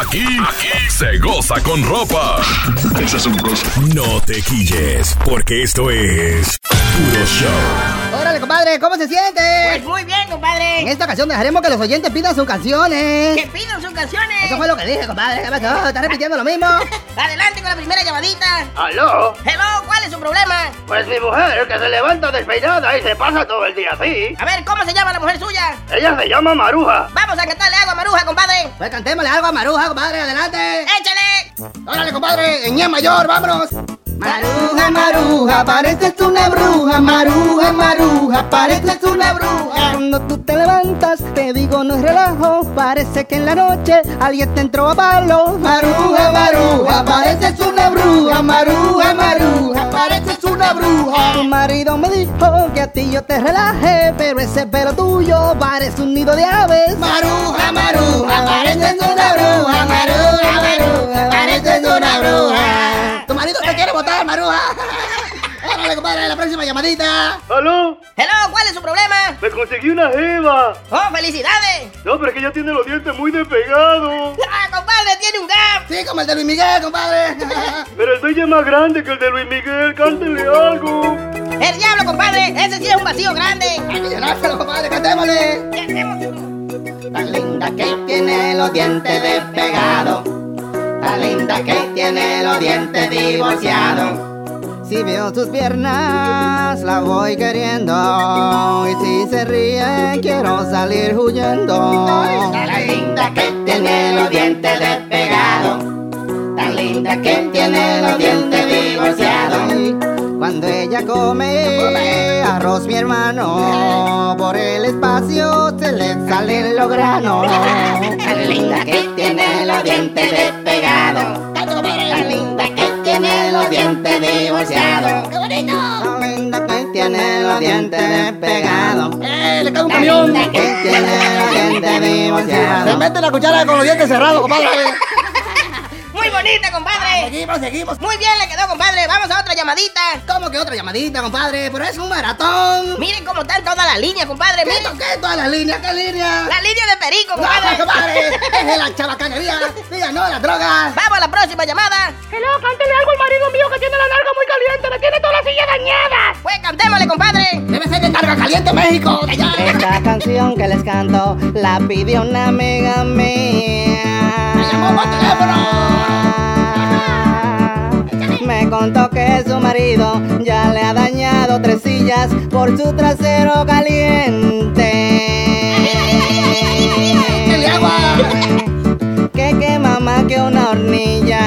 Aquí, aquí se goza con ropa. Esas son cosas. No te quilles, porque esto es puro show. Órale, compadre, ¿cómo se Pues siente? muy bien, En compadre. esta ocasión dejaremos que los oyentes pidan sus Que canciones. pido sus canciones. Este. Eso fue lo que dije, compadre. ¿Qué pasó? ¿Estás repitiendo lo mismo? Adelante con la primera llamadita. Aló, Hello, ¿cuál es su problema? pues mi mujer que se levanta despeinada y se pasa todo el día así. A ver, ¿cómo se llama la mujer suya? Ella se llama Maruja. Vamos a cantarle algo a Maruja, compadre. Pues cantémosle algo a Maruja, compadre, adelante. ¡Échale! Órale, compadre, en ñe mayor, vámonos. Maruja, maruja, pareces una bruja. Maruja, maruja, pareces una bruja. Cuando tú te levantas, te digo no es relajo. Parece que en la noche alguien te entró a palo. Maruja, maruja, pareces una bruja. Maruja, maruja, pareces una bruja. Tu marido me dijo que a ti yo te relaje, pero ese pelo tuyo parece un nido de aves. Maruja, maruja, pareces una bruja. Maruja, maruja, pareces una bruja. Tu marido te quiere botar, maruja. Órale, compadre, la próxima llamadita. Aló, Hello, ¿cuál es su problema? me conseguí una jeva. ¡Oh, felicidades! No, pero es que ella tiene los dientes muy despegados. ¡Ah, compadre, tiene un gap! Sí, como el de Luis Miguel, compadre. Pero el de ella es más grande que el de Luis Miguel. Cántele algo. ¡El diablo, compadre! ¡Ese sí es un vacío grande! Hay que llenárselo, compadre, cantémosle. Tan linda que tiene los dientes despegados. Tan linda que tiene los dientes divorciados. Si veo sus piernas, la voy queriendo. Y si se ríe, quiero salir huyendo. Tan linda que tiene los dientes despegados. Tan linda que tiene los dientes divorciados. Cuando ella come arroz, mi hermano, por el espacio se le salen los granos. Tan linda que tiene los dientes despegados. Tan linda que tiene los dientes divorciados. Tan linda que tiene los dientes despegados. ¡Eh, le cae un Tan linda que tiene los dientes divorciados. mete la cuchara con los dientes cerrados, compadre. ¡Muy bonita, compadre! Seguimos, seguimos. Muy bien le quedó, compadre. Vamos a otra llamadita. ¿Cómo que otra llamadita, compadre? Pero es un maratón. Miren cómo están todas las líneas, compadre. ¿Qué Miren. toqué todas las líneas? ¿Qué línea? La línea de Perico, ¡No, compadre. compadre! ¡Es la chabacanería! ¡Diga no a las drogas! Vamos a la próxima llamada. Hello, cántele algo al marido mío que tiene la larga muy caliente, le tiene toda la silla dañada. Pues cantémosle, compadre. ¡Debe ser de Targa Caliente, México! Esta canción que les canto la pidió una amiga mía. ¡Me llamó por teléfono! Me contó que su marido ya le ha dañado tres sillas por su trasero caliente. ¡Que le agua! Que quema más que una hornilla.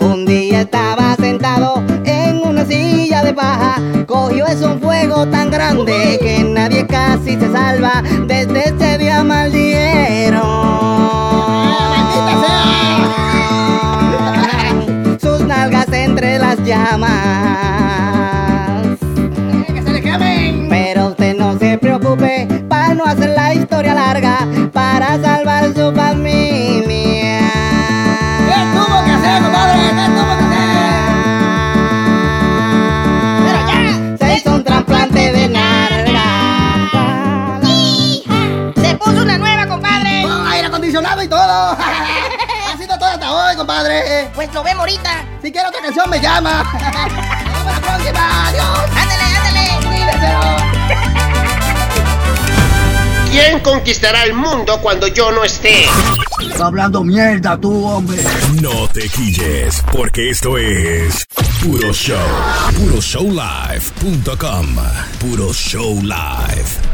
Un día estaba sentado en una silla de paja. Cogió ese un fuego tan grande que nadie casi se salva. Desde ese día maldieron. Sus nalgas entre las llamas. Pero usted no se preocupe para no hacer la historia larga, para salvar su familia. ¿Qué tuvo que hacer, compadre? ¿Qué tuvo que hacer? Pero ya se hizo un trasplante de narga. Se puso una nueva, compadre. aire acondicionado y todo. ha sido todo hasta hoy, compadre. Pues lo vemos ahorita. Si quiero otra canción, me llama. Hasta la próxima. Adiós. Ándale, ándale. ¿Quién conquistará el mundo cuando yo no esté? Está hablando mierda tú, hombre. No te quilles, porque esto es puro show. Puroshowlive.com. Puro Show Live.